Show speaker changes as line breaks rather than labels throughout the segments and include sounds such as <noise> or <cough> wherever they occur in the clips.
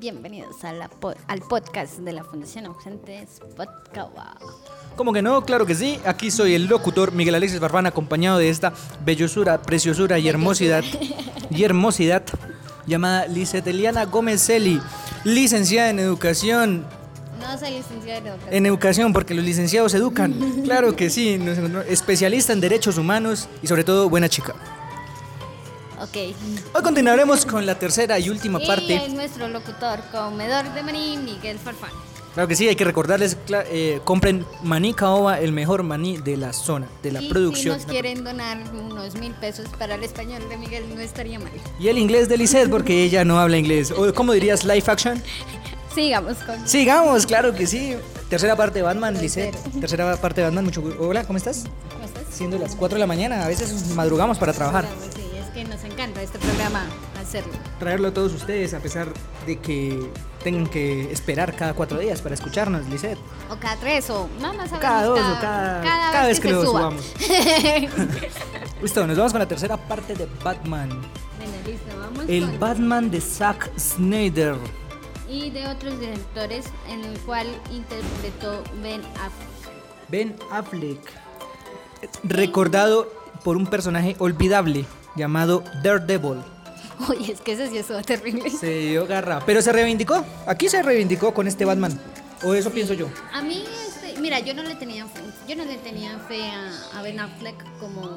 Bienvenidos a la po- al podcast de la Fundación Ausentes Podcawa.
¿Cómo que no? Claro que sí. Aquí soy el locutor Miguel Alexis Barbán, acompañado de esta bellosura, preciosura y hermosidad, y hermosidad llamada Lizeth Eliana Gómez Celi, licenciada en educación.
No soy licenciada en educación.
En educación, porque los licenciados educan. Claro que sí, nos encontramos- especialista en derechos humanos y sobre todo buena chica.
Ok.
Hoy continuaremos con la tercera y última
Y es
parte.
nuestro locutor, comedor de maní, Miguel Farfán.
Claro que sí, hay que recordarles, cla- eh, compren maní caoba, el mejor maní de la zona, de la
y
producción.
Si nos quieren donar unos mil pesos para el español de Miguel, no estaría mal. <laughs>
Y el inglés de Lisette, porque ella no habla inglés. O, ¿Cómo dirías live action?
Sigamos con.
Sigamos, claro que sí. Tercera parte de Batman, Lisette.
Tercero.
Tercera parte de Batman, mucho gu- Hola, ¿cómo estás?
¿Cómo estás?
Siendo las 4 de la mañana, a veces madrugamos para trabajar.
Sí, es que nos encanta este programa hacerlo.
Traerlo a todos ustedes, a pesar de que tengan que esperar cada cuatro días para escucharnos, Lisette.
O cada tres, o nada más
Cada
sabemos,
dos, o cada-
cada vez que, se
lo
suba.
subamos. Listo, nos vamos con la tercera parte de
<laughs>
Batman.
bueno, listo, vamos
El
con-
Batman de Zack Snyder.
y de otros directores en el cual interpretó Ben Affleck. <laughs>
Ben Affleck, recordado por un personaje olvidable llamado Daredevil.
Oye, es que eso sí estuvo terrible.
Se dio garra, pero se reivindicó. Aquí se reivindicó con este Batman. O eso pienso yo.
A mí, este, mira, yo no le tenía fe, yo no le tenía fe a, a Ben Affleck como,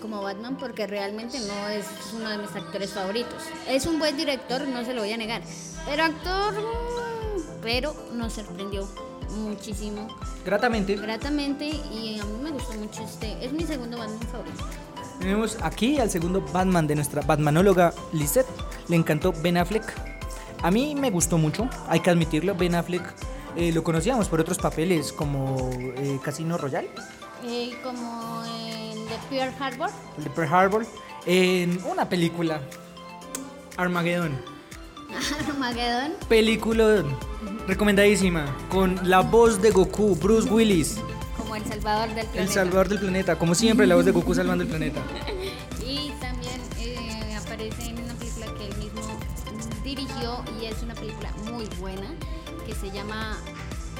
como Batman porque realmente no es uno de mis actores favoritos. Es un buen director, no se lo voy a negar, pero actor, mm, pero nos sorprendió muchísimo,
Gratamente.
gratamente y a mí me gustó mucho este, es mi segundo Batman favorito.
Tenemos aquí al segundo Batman de nuestra Batmanóloga Lisette. Le encantó Ben Affleck. A mí me gustó mucho, hay que admitirlo. Ben Affleck eh, lo conocíamos por otros papeles como eh, Casino Royale,
Eh, como en The Pearl Harbor,
el de Pearl Harbor, en una película, Armageddon.
<laughs> Armageddon.
Película recomendadísima con la voz de Goku, Bruce Willis,
como el salvador del planeta.
el salvador del planeta, como siempre la voz de Goku salvando el planeta.
Y también eh, aparece en una película que él mismo dirigió y es una película muy buena que se llama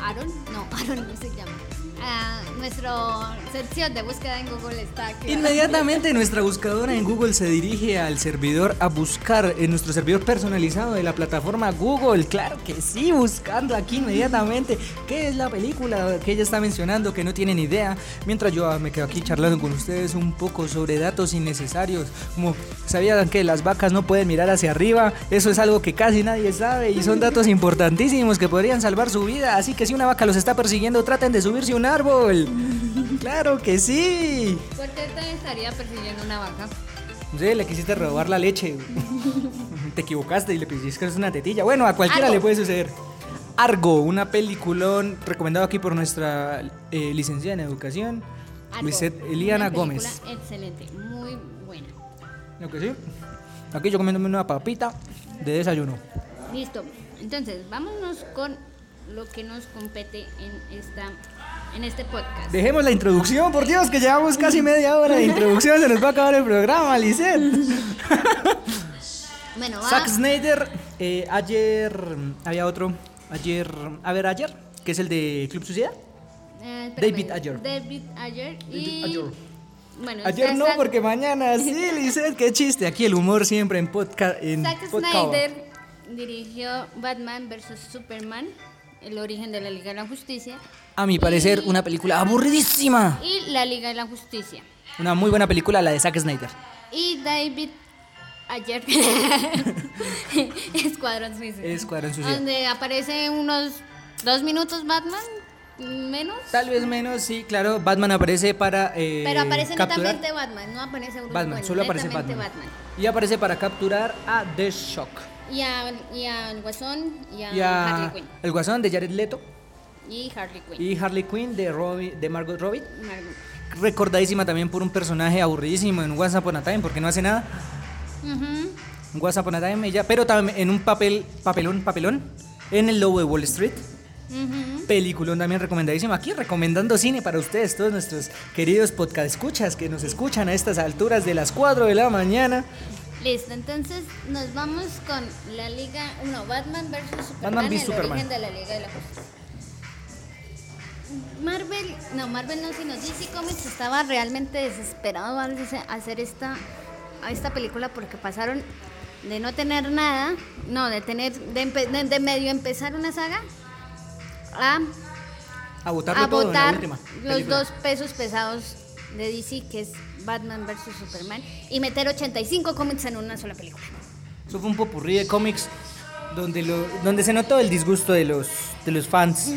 Aaron. No, <laughs> Aaron no se llama. Ah, nuestro sección de búsqueda en Google está activada.
Inmediatamente nuestra buscadora en Google se dirige al servidor a buscar en nuestro servidor personalizado de la plataforma Google. Claro que sí, buscando aquí inmediatamente qué es la película que ella está mencionando que no tienen idea. Mientras yo ah, me quedo aquí charlando con ustedes un poco sobre datos innecesarios, como sabían que las vacas no pueden mirar hacia arriba, eso es algo que casi nadie sabe y son datos importantísimos que podrían salvar su vida. Así que si una vaca los está persiguiendo, traten de subirse a un árbol. Claro que sí.
¿Por qué te estaría persiguiendo una vaca?
No sé, le quisiste robar la leche. Te equivocaste y le que es una tetilla. Bueno, a cualquiera
Argo.
le puede suceder. Argo, una peliculón recomendado aquí por nuestra eh, licenciada en educación,
Argo.
Lisette Eliana
Una película
Gómez.
Excelente, muy buena.
Lo que sí. Aquí yo comiéndome una papita de desayuno.
Listo. Entonces, vámonos con lo que nos compete en esta en este podcast.
Dejemos la introducción, por Dios, que llevamos casi media hora de introducción. Se nos va a acabar el programa,
<laughs>
Lisette.
Bueno, va-
Zack Snyder, eh, ayer mm, había otro. Ayer, a ver, ayer, que es el de Club Suicida.
Eh, espérame.
David Ayer.
David Ayer y...
David Ayer.
Bueno,
Ayer
está
no,
Zack-
porque mañana sí,
<laughs>
Lizeth, qué chiste. Aquí el humor siempre en podcast. En
Zack
podcao.
Snyder dirigió Batman vs. Superman, el origen de la Liga de la Justicia,
A mi parecer, una película aburridísima.
y la Liga de la Justicia.
Una muy buena película, la de Zack Snyder.
Y David Ayer, <laughs> Escuadrón Suicida.
Escuadrón Suicida.
Donde aparece unos dos minutos Batman, menos.
Tal vez menos, sí, claro. Batman aparece para. eh,
Pero aparece
capturar
netamente Batman, no aparece Bruce
Batman,
Wayne,
solo aparece
netamente
Batman. Y aparece para capturar a The Shock.
Y a, y al Guasón y a,
y a
Ah, Harley Quinn.
El Guasón de Jared Leto.
Y Harley Quinn.
Y Harley Quinn de, Robbie- de Margot Robbie.
Margot.
Recordadísima también por un personaje aburridísimo en WhatsApp on a Time, porque no hace nada.
Ujú.
en WhatsApp on a Time, ella, pero también en un papel, papelón, papelón, en el Lobo de Wall Street.
Ujú.
Peliculón también recomendadísimo. Aquí recomendando cine para ustedes, todos nuestros queridos podcast escuchas que nos escuchan a estas alturas de las 4 de la mañana.
Listo, entonces nos vamos con la Liga 1, Batman versus Superman,
Batman v
el
Superman.
origen de la Liga de la Justicia. Marvel, no, Marvel no, sino DC Comics estaba realmente desesperado al hace- hacer esta, a esta película porque pasaron de no tener nada, no, de tener, de, empe- de- de medio empezar una saga a
A votarlo
a
todo en la
votar
última.
los
película.
dos pesos pesados de DC, que es Batman vs Superman, y meter 85 cómics en una sola película.
Eso fue un popurrí de cómics donde, lo, donde se notó el disgusto de los, de los fans.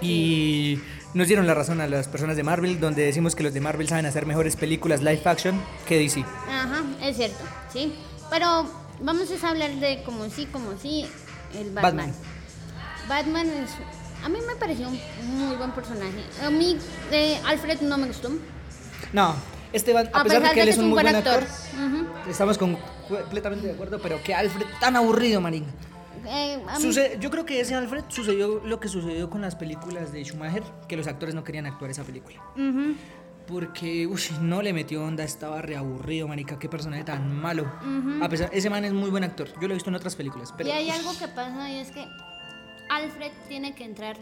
Y nos dieron la razón a las personas de Marvel, donde decimos que los de Marvel saben hacer mejores películas live action que DC.
Ajá, es cierto, sí. Pero vamos es a hablar de como sí, como sí, el Batman.
Batman.
Batman, es, a mí me pareció un muy buen personaje. A mí eh, Alfred no me gustó.
No, este Bat-
Ah,
a, pesar de que, él es un muy buen actor,
Ujú.
estamos con- completamente de acuerdo, pero que Alfred tan aburrido, maringa.
Eh, a mí-
Suce- yo creo que ese Alfred sucedió lo que sucedió con las películas de Schumacher, que los actores no querían actuar esa película.
Ujú.
Porque, uy, no le metió onda, estaba reaburrido, marica, qué personaje tan malo. A pesar, ese man es muy buen actor, yo lo he visto en otras películas, pero... pues
y hay
uy,
algo que pasa y es que Alfred tiene que entrar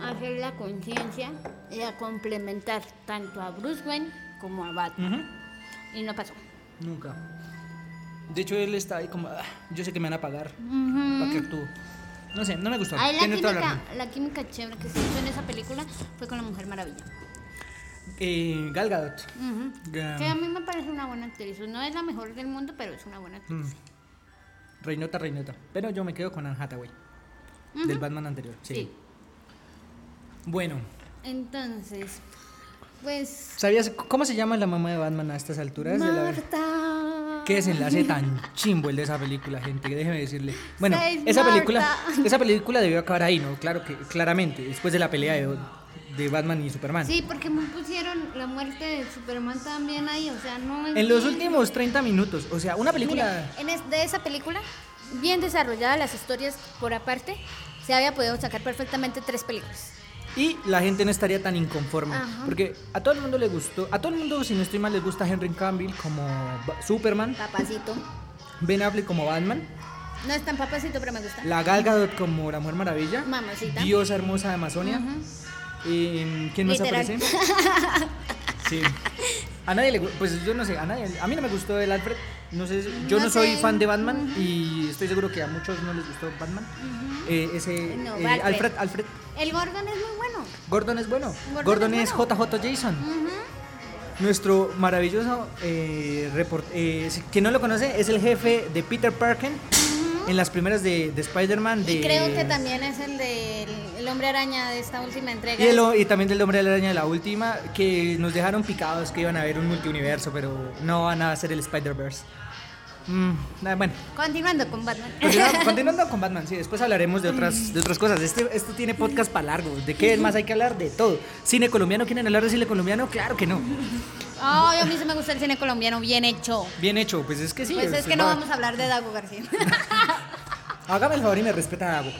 a hacer la conciencia y a complementar tanto a Bruce Wayne como a Batman.
ujú,
Y no pasó.
Nunca. De hecho, él está ahí como, "Ah, yo sé que me van a pagar
Ujú.
para que actúe. No sé, no me gustó.
Ahí la
tiene toda la
química,
razón.
la química chévere que se hizo en esa película fue con la Mujer Maravilla.
Eh, Gal Gadot.
Ujú.
Ga-
Que a mí me parece una buena actriz. No es la mejor del mundo, pero es una buena actriz.
Mm. Reinota, reinota. Pero yo me quedo con Anne Hathaway, del Batman anterior. Sí.
Sí.
Bueno,
Entonces, pues...
¿sabías cómo se llama la mamá de Batman a estas alturas? de la-
Marta.
Qué desenlace tan chimbo el de esa película, gente, déjeme decirle. Bueno,
Seis
esa película,
Marta.
esa película debió acabar ahí, ¿no? Claro que, claramente, después de la pelea de, de Batman y Superman.
Sí, porque me pusieron la muerte de Superman también ahí, o sea, no...
En los
entiendo.
últimos 30 minutos, o sea, una película...
Mira, en es- de esa película, bien desarrolladas las historias por aparte, se había podido sacar perfectamente tres películas.
Y la gente no estaría tan inconforme.
Ajá.
Porque a todo el mundo le gustó, a todo el mundo, si no estoy mal, les gusta Henry Cavill como Ba- Superman,
Papacito.
Ben Affleck como Batman,
No es tan papacito, pero me gusta.
la Gal Gadot como la Mujer Maravilla,
Mamacita.
Diosa Hermosa de Amazonia. Eh, ¿Quién más
Literal. <laughs>
aparece? Sí. A nadie le gu- pues yo no sé, a nadie, a mí no me gustó el Alfred, no sé, si- yo no,
No
soy
sé.
fan de Batman y estoy seguro que a muchos no les gustó Batman. Eh, ese
No,
eh,
Alfred.
Alfred, Alfred
El Gordon es muy bueno.
Gordon es bueno.
Gordon
Gordon
es
es,
bueno.
JJ Jason.
Ujú.
Nuestro maravilloso eh, report- eh, si- quien no lo conoce es el jefe de Peter Parker en las primeras de, de Spider-Man de
Y creo que también es el del el hombre araña de esta última entrega.
Y, el o- y también del Hombre de la Araña de la última, que nos dejaron picados que iban a haber un multiuniverso, pero no van a ser el Spider-Verse. Mm, ah, bueno,
Continuando con Batman. <laughs>
continuando, continuando con Batman, sí, después hablaremos de otras, de otras cosas. Este, este tiene podcast para largo. ¿De qué más hay que hablar? De todo. ¿Cine colombiano? ¿Quieren hablar de cine colombiano? Claro que no.
Ay, a mí sí me gusta el cine colombiano, bien hecho.
Bien hecho, pues es que sí.
Pues es
usted
que no
va-
vamos a hablar de Dago
<laughs>
García.
Hágame el favor y me respeta algo.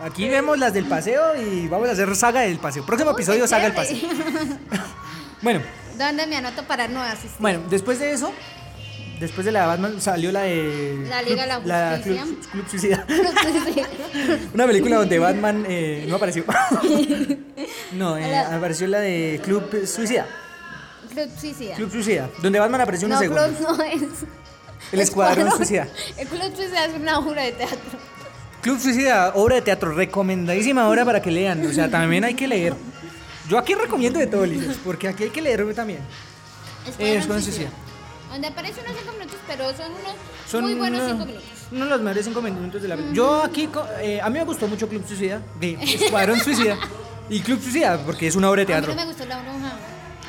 Aquí vemos las del paseo y vamos a hacer saga del paseo. Próximo
Uy, qué
episodio, saga del paseo.
chévere.
Bueno,
<laughs> ¿Dónde me anoto para no asistir?
<laughs> Bueno, después de eso, después de la de Batman salió la de
La Liga de la
Club,
Justicia.
Club- Club Suicida.
Sí.
Una película donde Batman eh,
<laughs>
no apareció. no, eh,
La-
apareció la de Club Suicida.
Club Suicida.
Club Suicida, donde Batman apareció
no,
unos segundos.
Club no es.
El Escuadrón Suicida.
<laughs>
Eh,
El Club Suicida es una obra de teatro.
Club Suicida, obra de teatro recomendadísima ahora para que lean. O sea, también hay que leer. Yo aquí recomiendo de todo, Liz, porque aquí hay que leerlo también.
Escuadrón
Escuadrón Suicida.
Donde aparecen unos cinco minutos, pero son unos
Son
muy buenos
uno,
cinco minutos.
uno de los mejores cinco minutos de la película. Yo aquí, co- eh, a mí me gustó mucho Club Suicida, de Escuadrón Suicida y Club Suicida, porque es una obra de teatro.
A mí no me gustó la bruja.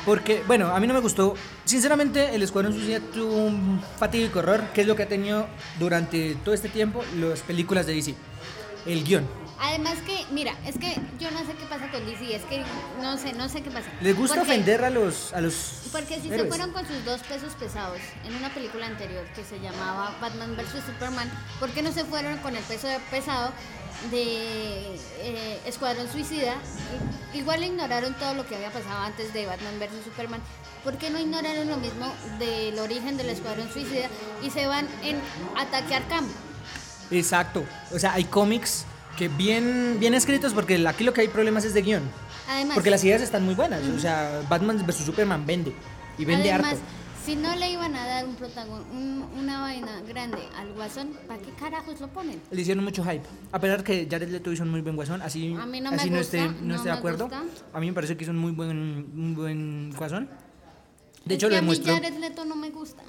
Porque, bueno, a mí no me gustó. Sinceramente, el Escuadrón Suicida tuvo un fatídico horror, que es lo que ha tenido durante todo este tiempo las películas de DC. El guión.
Además que, mira, es que yo no sé qué pasa con DC, es que no sé, no sé qué pasa.
Les gusta
Porque-
ofender a los. A los
Porque si se
héroes.
fueron con sus dos pesos pesados en una película anterior que se llamaba Batman vs. Superman, ¿por qué no se fueron con el peso pesado de eh, Escuadrón Suicida, i- igual ignoraron todo lo que había pasado antes de Batman vs. Superman. ¿Por qué no ignoraron lo mismo del origen del Escuadrón Suicida y se van en Ataque Arkham?
Exacto. O sea, hay cómics que bien, bien escritos porque el- aquí lo que hay problemas es de guión.
Además,
Porque las ideas están muy buenas. O sea, Batman vs. Superman vende. Y vende
además,
harto.
si no le iban a dar un protagon, un- una vaina grande al Guasón, ¿para qué carajos lo ponen?
Le hicieron mucho hype. A pesar que Jared Leto hizo un muy buen guasón, así,
A mí no me
así no,
gusta,
esté, no,
no
esté de
me
acuerdo.
gusta.
A mí me parece que hizo un muy buen, un buen guasón. De
Es
hecho,
que
lo
a mí
demostró.
Jared Leto no me gusta.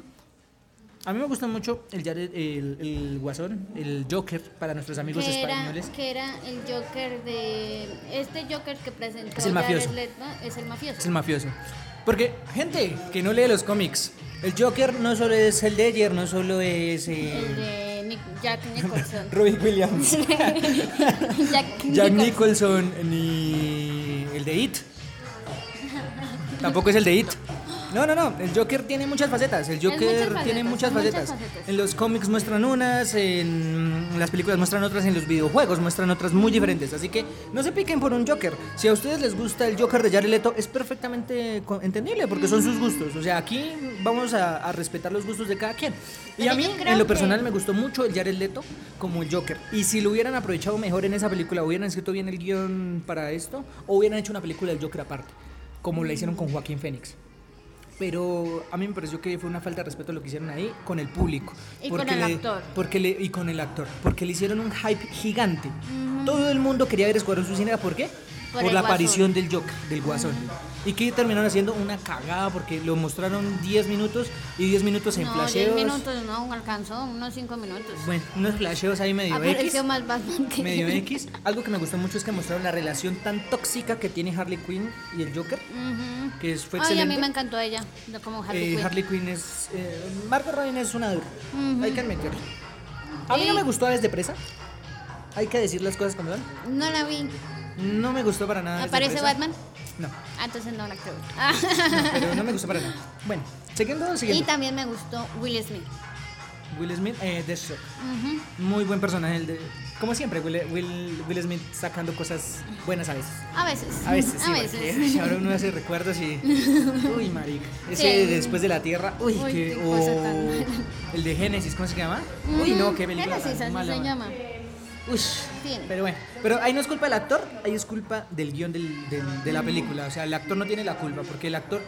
A mí me gusta mucho el, Jared- el, el guasón, el Joker, para nuestros amigos
que era,
españoles.
que era el Joker de... Este Joker que presentó
Es el mafioso.
Jared Leto es el mafioso.
Es el mafioso. Porque, gente que no lee los cómics, el Joker no solo es el Ledger, no solo es
El
eh,
de Nic-
<laughs>
Jack Nicholson.
Robin
<laughs>
Williams,
Jack,
Jack
Nicholson.
Nicholson, ni el de It. Tampoco es el de It. No, no, no. El Joker tiene muchas facetas. El Joker
muchas
tiene
facetas,
muchas
son muchas
facetas.
facetas.
En los cómics muestran unas, en las películas muestran otras, en los videojuegos muestran otras muy diferentes. Así que no se piquen por un Joker. Si a ustedes les gusta el Joker de Jared Leto, es perfectamente co- entendible porque son sus gustos. O sea, aquí vamos a, a respetar los gustos de cada quien. Y
Pero
a mí,
yo creo
en lo
que-
personal, me gustó mucho el Jared Leto como el Joker. Y si lo hubieran aprovechado mejor en esa película, hubieran escrito bien el guión para esto, o hubieran hecho una película del Joker aparte, como la hicieron con Joaquín Phoenix. Pero a mí me pareció que fue una falta de respeto lo que hicieron ahí con el público.
Y con el
le-
actor.
Porque le, y con el actor. Porque le hicieron un hype gigante. Todo el mundo quería ver Escuadrón Suicida. ¿Por qué?
Por
Por
el
la
Guasón.
aparición del Joker, del Guasón. Y que terminaron haciendo una cagada porque lo mostraron 10 minutos y 10 minutos en
No, 10
flasheos.
minutos no, alcanzó unos 5 minutos.
Bueno, unos flasheos ahí medio X.
Apareció más Batman que <laughs>
Medio X. Algo que me gustó mucho es que mostraron la relación tan tóxica que tiene Harley Quinn y el Joker,
Ujú.
que es- fue
Ay, a
excelente.
mí me encantó ella, de como Harley
Eh,
Quinn.
Harley Quinn es. eh, Margot Robin es una dura. Hay que admitirlo. A mí no
Sí.
me gustó Aves de Presa. Hay que decir las cosas como son.
No la vi.
No me gustó para nada. Aves Ah, de
¿Aparece
Presa.
Batman?
No,
Ah, entonces no la creo. <laughs>
no, pero no me gustó para nada. Bueno, siguiendo,
y
siguiendo.
también me gustó Will Smith.
Will Smith, eh, Deathstroke.
Ujú.
Muy buen personaje. el de- como siempre, Will, Will- Will Smith sacando cosas buenas a veces.
A veces.
A veces, sí,
A
porque,
veces.
ay, <laughs> ahora uno hace recuerdos
<laughs>
y. Uy, marica. Ese
Sí.
de después de la tierra. Uy,
Uy,
que.
qué cosa
o
tan mala. Mm,
el de Génesis, ¿cómo se llama?
<laughs>
Uy, no, qué película.
Génesis,
tan
así
mala,
se
mala.
llama.
Uy,
Sí.
pero bueno. Pero ahí no es culpa del actor, ahí es culpa del guión del- del- de
Mm.
la película. O sea, el actor no tiene la culpa, porque el actor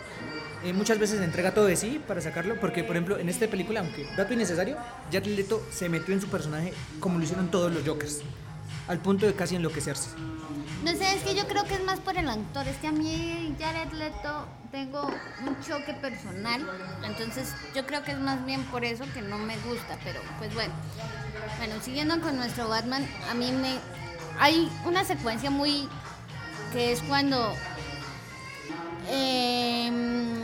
eh, muchas veces entrega todo de sí para sacarlo. Porque, por ejemplo, en esta película, aunque dato innecesario, Jared Leto se metió en su personaje como lo hicieron todos los Jokers, al punto de casi enloquecerse.
No sé, es que yo creo que es más por el actor. Es que a mí Jared Leto tengo un choque personal. Entonces yo creo que es más bien por eso que no me gusta. Pero pues bueno. Bueno, siguiendo con nuestro Batman, a mí me... Hay una secuencia muy... que es cuando... em,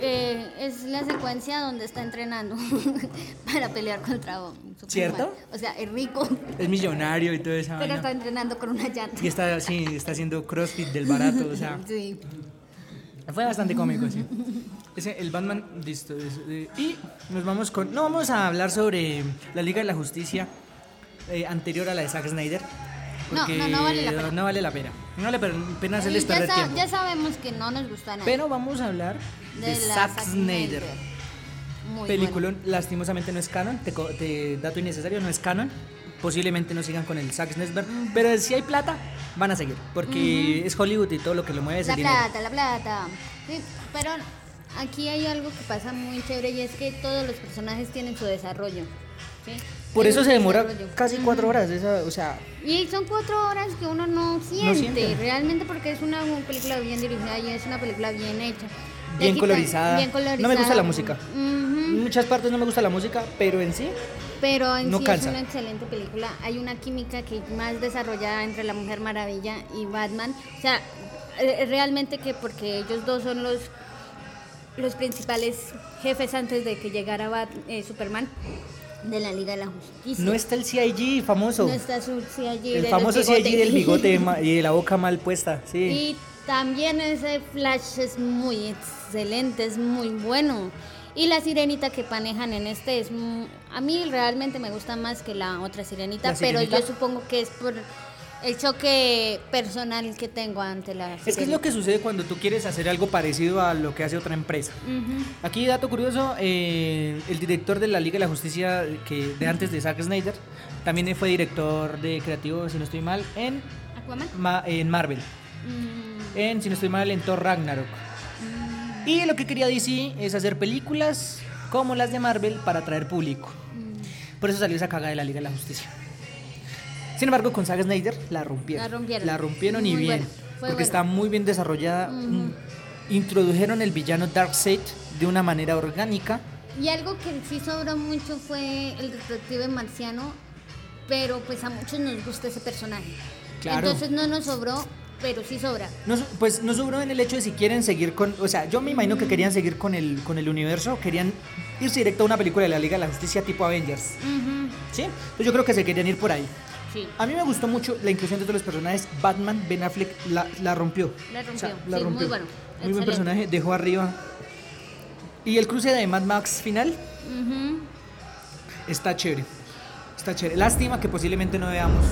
eh, es la secuencia donde está entrenando <laughs> para pelear contra Superman.
¿Cierto?
O sea, es rico, <laughs>
Es millonario y todo eso.
pero está entrenando con una llanta.
Y está así, está haciendo crossfit del barato,
<laughs>
o sea,
Sí.
fue bastante cómico, sí. Ese, el Batman, listo. es, eh, y nos vamos con, no vamos a hablar sobre la Liga de la Justicia eh, anterior a la de Zack Snyder.
No,
porque
no, no vale la pena.
No vale la pena. No vale per- pena hacerles
Y ya,
perder
sa-
tiempo.
ya sabemos que no nos gusta nada.
Pero vamos a hablar de,
la
Zack Snyder.
Muy
Peliculón, lastimosamente no es canon, te, co- te- dato innecesario, no es canon. Posiblemente no sigan con el Zack Snyder, pero si hay plata, van a seguir, porque es Hollywood y todo lo que lo mueve es
bueno. La
el dinero.
plata, la plata. Sí, pero aquí hay algo que pasa muy chévere y es que todos los personajes tienen su desarrollo. ¿sí?
Por
Tienen
eso
su
se demora
desarrollo.
casi cuatro horas, esa, o sea,
Y son cuatro horas que uno no siente,
siente.
realmente porque es una película bien dirigida y es una película bien hecha. Le
Bien
quitan-
colorizada.
bien
No me
colorizada.
gusta la música.
Ujú.
en muchas partes no me gusta la música, pero en sí,
Pero en
No
sí
cansa.
es una excelente película. Hay una química que más desarrollada entre la Mujer Maravilla y Batman. O sea, eh, realmente que porque ellos dos son los los principales jefes antes de que llegara Bat- eh, Superman de la Liga de la Justicia.
no está el CIG famoso,
No está su sí, allí
el
de los
famoso
bigotes.
CIG del
<laughs>
bigote ma- y de la boca mal puesta, sí.
Y también ese flash es muy excelente, es muy bueno. Y la sirenita que manejan en este es. mm, A mí realmente me gusta más que la otra sirenita,
¿La
pero
sirenita?
yo supongo que es por el choque personal que tengo ante la
Es que es lo que sucede cuando tú quieres hacer algo parecido a lo que hace otra empresa.
Ujú.
Aquí, dato curioso, eh, el director de la Liga de la Justicia que de antes de Zack Snyder también fue director de creativo, si no estoy mal, en,
¿Aquaman?
Ma- en Marvel.
Mm,
En, si no estoy mal, en Thor Ragnarok. Y lo que quería DC es hacer películas como las de Marvel para atraer público.
mm.
Por eso salió esa caga de la Liga de la Justicia. Sin embargo, con Zack Snyder la rompieron.
La rompieron.
rompieron y
Muy
bien.
bueno, fue
porque
bueno.
está muy bien desarrollada. Mm, Introdujeron el villano Darkseid de una manera orgánica.
Y algo que sí sobró mucho fue el detective marciano, pero pues a muchos nos gusta ese personaje.
Claro.
Entonces no nos sobró, pero sí sobra.
No so- pues no sobró en el hecho de si quieren seguir con. O sea, yo me imagino que querían seguir con el, con el universo. Querían irse directo a una película de la Liga de la Justicia tipo Avengers. ¿Sí? Entonces yo creo que se querían ir por ahí.
Sí.
A mí me gustó mucho la inclusión de todos los personajes. Batman, Ben Affleck la, la rompió.
La rompió, sí, muy bueno,
Muy buen
excelente.
personaje, dejó arriba. Y el cruce de Mad Max final
Ujú.
está chévere. Está chévere. Lástima que posiblemente no veamos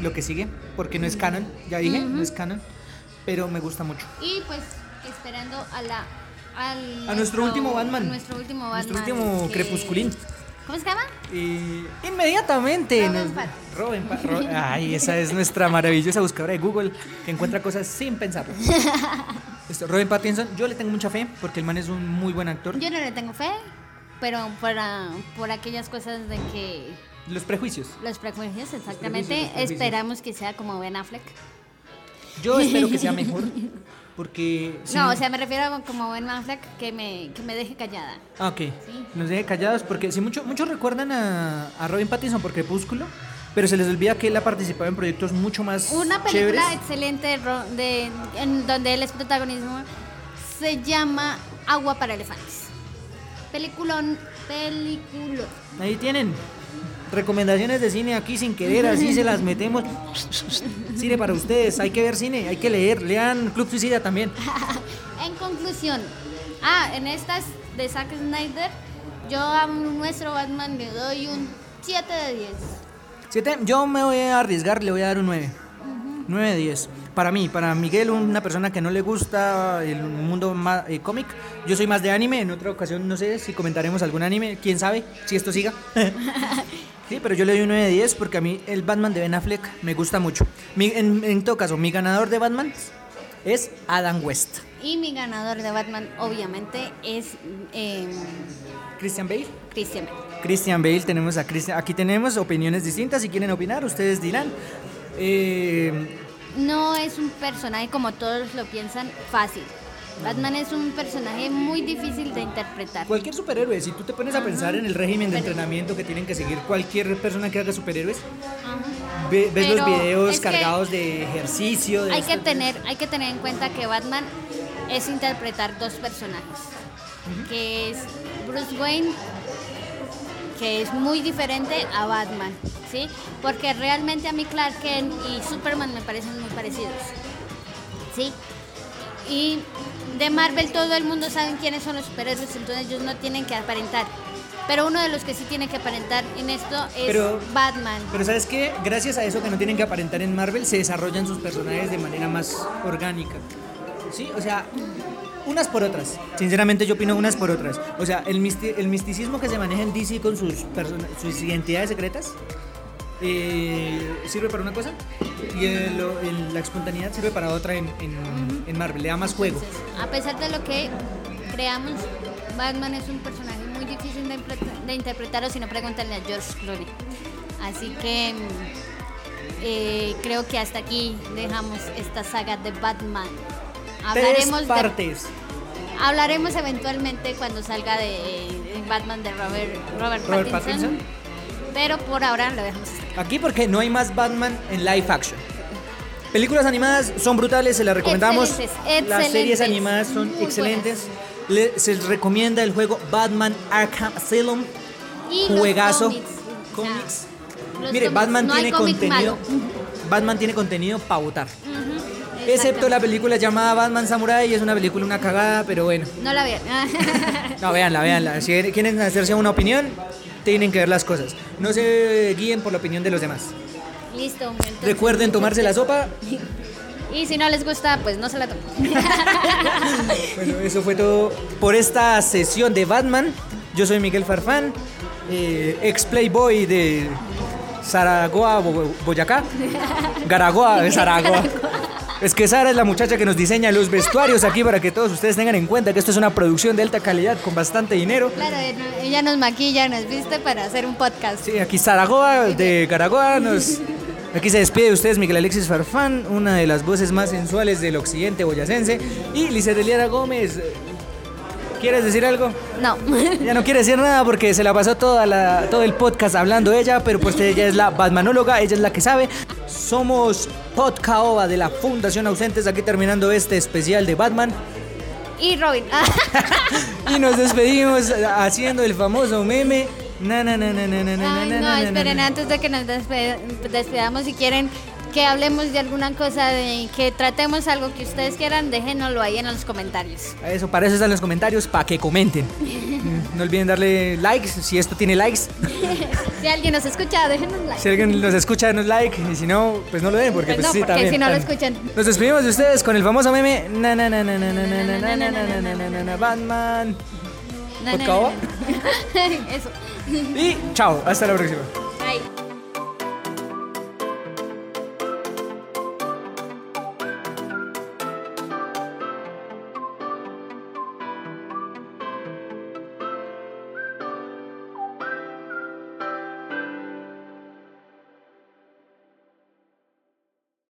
lo que sigue, porque no es canon, ya dije, no es canon. Pero me gusta mucho.
Y pues esperando a la al
A nuestro último Batman.
a nuestro último Batman.
Nuestro último
que-
crepusculín.
¿Cómo se llama?
Eh, inmediatamente.
Robin
nos-
Pat.
Robin Pat- Ro- Ay, esa es nuestra maravillosa buscadora de Google que encuentra cosas sin
<laughs>
pensarlo. Esto, Robin Pattinson, yo le tengo mucha fe porque el man es un muy buen actor.
Yo no le tengo fe, pero para por aquellas cosas de que
Los prejuicios.
los prejuicios
Los
exactamente
prejuicios, los prejuicios.
esperamos que sea como Ben Affleck.
Yo espero que sea mejor porque. si
No, o sea, me refiero a como Ben Affleck que me que me deje callada.
Ah, ok. Nos deje callados porque si mucho, muchos recuerdan a, a Robin Pattinson por Crepúsculo, pero se les olvida que él ha participado en proyectos mucho más
Una película
chéveres.
excelente de Ro- de- en donde él es protagonismo se llama Agua para elefantes. Peliculón, peliculón.
Ahí tienen. Recomendaciones de cine aquí sin querer, así se las metemos. Cine para ustedes, hay que ver cine, hay que leer. Lean Club Suicida también.
En conclusión, ah, en estas de Zack Snyder, yo a nuestro Batman le doy un 7 de 10.
Siete, yo me voy a arriesgar, le voy a dar un 9. 9 de 10. Para mí, para Miguel, una persona que no le gusta el mundo ma- eh, cómic, yo soy más de anime. En otra ocasión, no sé si comentaremos algún anime, quién sabe, si esto <laughs> siga. sí, pero yo le doy un 9 de 10 porque a mí el Batman de Ben Affleck me gusta mucho. Mi- en, en todo caso, mi ganador de Batman es Adam West.
Y mi ganador de Batman, obviamente, es eh,
Christian Bale.
Christian Bale.
Christian Bale, tenemos a Christian. Aquí tenemos opiniones distintas. Si quieren opinar, ustedes dirán. Eh,
No es un personaje como todos lo piensan fácil. Batman es un personaje muy difícil de interpretar.
cualquier superhéroe, si tú te pones a pensar en el régimen de entrenamiento que tienen que seguir cualquier persona que haga superhéroes,
Ajá.
ve- ves los
Pero
videos
es que
cargados de ejercicio. de
Hay que
esto-
tener, hay que tener en cuenta que Batman es interpretar dos personajes, que es Bruce Wayne, que es muy diferente a Batman, ¿sí? Porque realmente a mí Clark Kent y Superman me parecen muy parecidos, ¿sí? Y de Marvel todo el mundo sabe quiénes son los superhéroes, entonces ellos no tienen que aparentar. Pero uno de los que sí tiene que aparentar en esto es
Pero-
Batman.
Pero sabes que gracias a eso que no tienen que aparentar en Marvel, se desarrollan sus personajes de manera más orgánica. Sí, o sea, unas por otras. Sinceramente yo opino unas por otras. O sea, el, misti- el misticismo que se maneja en DC con sus, persona- sus identidades secretas eh, sirve para una cosa y el- lo- el- la espontaneidad sirve para otra en, en- en Marvel. Le da más juego.
Entonces, a pesar de lo que creamos, Batman es un personaje muy difícil de, impre- de interpretar o si no pregúntale a George Clooney. Así que mm, eh, creo que hasta aquí dejamos esta saga de Batman. Hablaremos,
Tres
de-
partes.
hablaremos eventualmente cuando salga de, de Batman de Robert, Robert,
Robert
Pattinson,
Pattinson.
Pero por ahora lo dejamos hasta aquí.
Aquí porque no hay más Batman en live action. Películas animadas son brutales, se las recomendamos.
Excelentes,
Las
excelentes,
series animadas son
muy
excelentes. Le- se les recomienda el juego Batman Arkham Asylum.
Y los
Juegazo.
cómics, o sea,
Cómics.
los
Mire,
cómics,
Batman
no hay
tiene
cómic <laughs>
contenido.
malo.
Batman tiene contenido para votar.
Ujú,
Excepto la
Exactamente.
película llamada Batman Samurai, es una película una cagada, pero bueno.
No la vean. <laughs>
No, véanla, véanla. Si quieren hacerse una opinión, tienen que ver las cosas. No se guíen por la opinión de los demás.
Listo. entonces-
Recuerden tomarse la sopa.
Y si no les gusta, pues no se la tomen. <laughs>
Bueno, eso fue todo por esta sesión de Batman. Yo soy Miguel Farfán, eh, ex Playboy de Zaragoza, Bo- Boyacá. Garagoa, de Zaragoza. Es que Sara es la muchacha que nos diseña los vestuarios aquí para que todos ustedes tengan en cuenta que esto es una producción de alta calidad con bastante dinero.
claro, eh, no, ella nos maquilla, nos viste para hacer un podcast.
Sí, aquí Zaragoza, de Garagoa, nos... Aquí se despide de ustedes Miguel Alexis Farfán, una de las voces más sensuales del occidente boyacense. Y Lizeth Eliana Gómez, ¿quieres decir algo?
No. <laughs>
Ya no quiere decir nada porque se la pasó toda la, todo el podcast hablando ella, pero pues ella es la Batmanóloga, ella es la que sabe. Somos Podcaoba de la Fundación Ausentes, aquí terminando este especial de Batman.
y Robin. <laughs>
Y nos despedimos haciendo el famoso meme. Na, na, na, na, na, na, na,
Ay,
na,
no,
na, na,
esperen,
na.
antes de que nos despe- despedamos, si quieren que hablemos de alguna cosa, de que tratemos algo que ustedes quieran, déjenoslo ahí en los comentarios. <laughs>
Eso, para eso están los comentarios, para que comenten. Mm, No olviden darle likes, si esto tiene likes.
si alguien nos escucha, déjenos like.
Si alguien nos escucha, denos like. Y si no, pues no lo den, porque
Pues
pues
no,
sí,
porque
también.
si no lo
también.
escuchan.
Nos despedimos de ustedes con el famoso meme. Na, na, na, na, na, na, na, na, na, na, na, na, na, na, na, Batman.
No, no, no,
¿Por favor?
no. <laughs> Eso.
Y chao, hasta la próxima.